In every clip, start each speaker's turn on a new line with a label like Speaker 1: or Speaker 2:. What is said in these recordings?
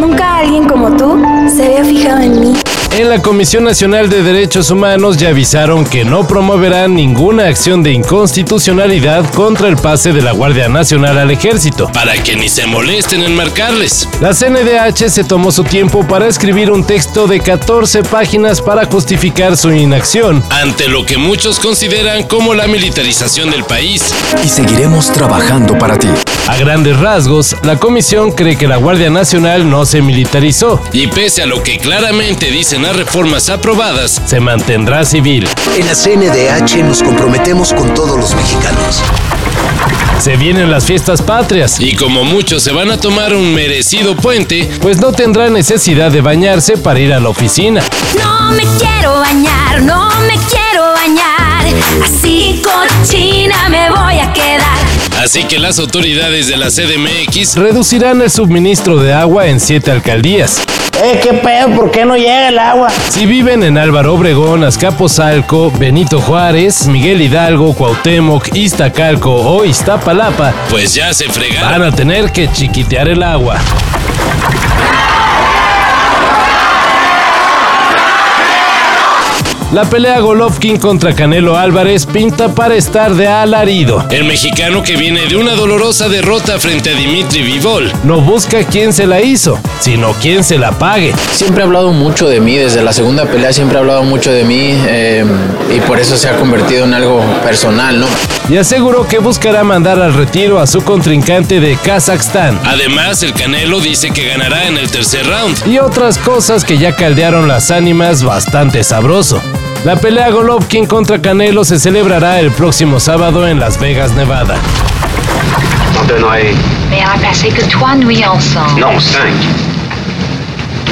Speaker 1: Nunca alguien como tú se había fijado en mí.
Speaker 2: En la Comisión Nacional de Derechos Humanos ya avisaron que no promoverán ninguna acción de inconstitucionalidad contra el pase de la Guardia Nacional al Ejército, para que ni se molesten en marcarles. La CNDH se tomó su tiempo para escribir un texto de 14 páginas para justificar su inacción ante lo que muchos consideran como la militarización del país.
Speaker 3: y seguiremos trabajando para ti.
Speaker 2: A grandes rasgos, la comisión cree que la Guardia Nacional no se militarizó y pese a lo que claramente dicen las reformas aprobadas, se mantendrá civil.
Speaker 4: En la CNDH nos comprometemos con todos los mexicanos.
Speaker 2: Se vienen las fiestas patrias y como muchos se van a tomar un merecido puente, pues no tendrá necesidad de bañarse para ir a la oficina.
Speaker 1: No me quiero bañar, no me quiero bañar. Así cochina me voy a quedar.
Speaker 2: Así que las autoridades de la CDMX reducirán el suministro de agua en siete alcaldías.
Speaker 5: Eh, qué pedo, ¿por qué no llega el agua?
Speaker 2: Si viven en Álvaro Obregón, Azcapotzalco, Benito Juárez, Miguel Hidalgo, Cuauhtémoc, Iztacalco o Iztapalapa, pues ya se fregaron. Van a tener que chiquitear el agua. La pelea Golovkin contra Canelo Álvarez pinta para estar de alarido. El mexicano que viene de una dolorosa derrota frente a Dimitri Vivol no busca quién se la hizo, sino quién se la pague.
Speaker 6: Siempre ha hablado mucho de mí, desde la segunda pelea siempre ha hablado mucho de mí eh, y por eso se ha convertido en algo personal, ¿no?
Speaker 2: y aseguró que buscará mandar al retiro a su contrincante de Kazajstán. Además, el Canelo dice que ganará en el tercer round. Y otras cosas que ya caldearon las ánimas bastante sabroso. La pelea Golovkin contra Canelo se celebrará el próximo sábado en Las Vegas, Nevada.
Speaker 7: Donne oreille.
Speaker 8: Me a pasé que trois nuits ensemble.
Speaker 7: Non, cinq.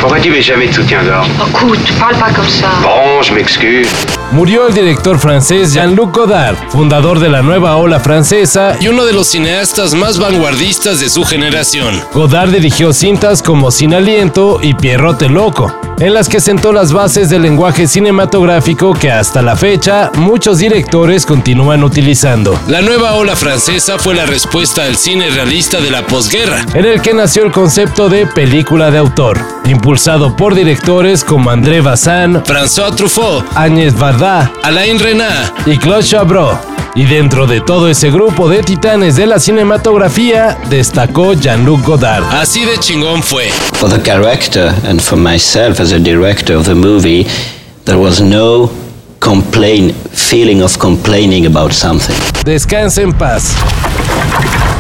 Speaker 7: Pourquoi tu mets jamais de soutien-gorge
Speaker 8: Écoute, parle pas comme ça.
Speaker 7: Bon, je m'excuse.
Speaker 2: Murió el director francés Jean-Luc Godard, fundador de la nueva ola francesa y uno de los cineastas más vanguardistas de su generación. Godard dirigió cintas como Sin Aliento y Pierrote Loco, en las que sentó las bases del lenguaje cinematográfico que hasta la fecha muchos directores continúan utilizando. La nueva ola francesa fue la respuesta al cine realista de la posguerra, en el que nació el concepto de película de autor, impulsado por directores como André Bazin, François Truffaut, Agnès Varda, Alain Renan y Claude Chabrol. Y dentro de todo ese grupo de titanes de la cinematografía, destacó Jean-Luc Godard. Así de chingón fue.
Speaker 9: For the director and for myself as a director of the movie, there was no complain feeling of complaining about something.
Speaker 2: Descansa en paz.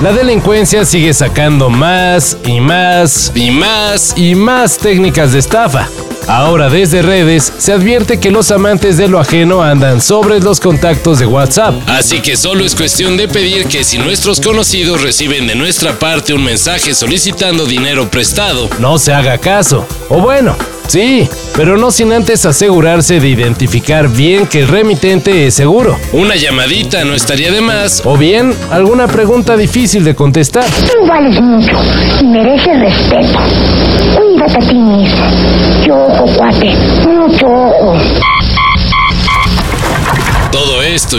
Speaker 2: La delincuencia sigue sacando más y más y más y más técnicas de estafa. Ahora desde redes se advierte que los amantes de lo ajeno andan sobre los contactos de WhatsApp. Así que solo es cuestión de pedir que si nuestros conocidos reciben de nuestra parte un mensaje solicitando dinero prestado, no se haga caso. O bueno, Sí, pero no sin antes asegurarse de identificar bien que el remitente es seguro. Una llamadita no estaría de más. O bien, alguna pregunta difícil de contestar.
Speaker 10: Tú vales mucho y mereces respeto. Cuídate a ti mismo. Choco, cuate. No choco.
Speaker 2: Todo esto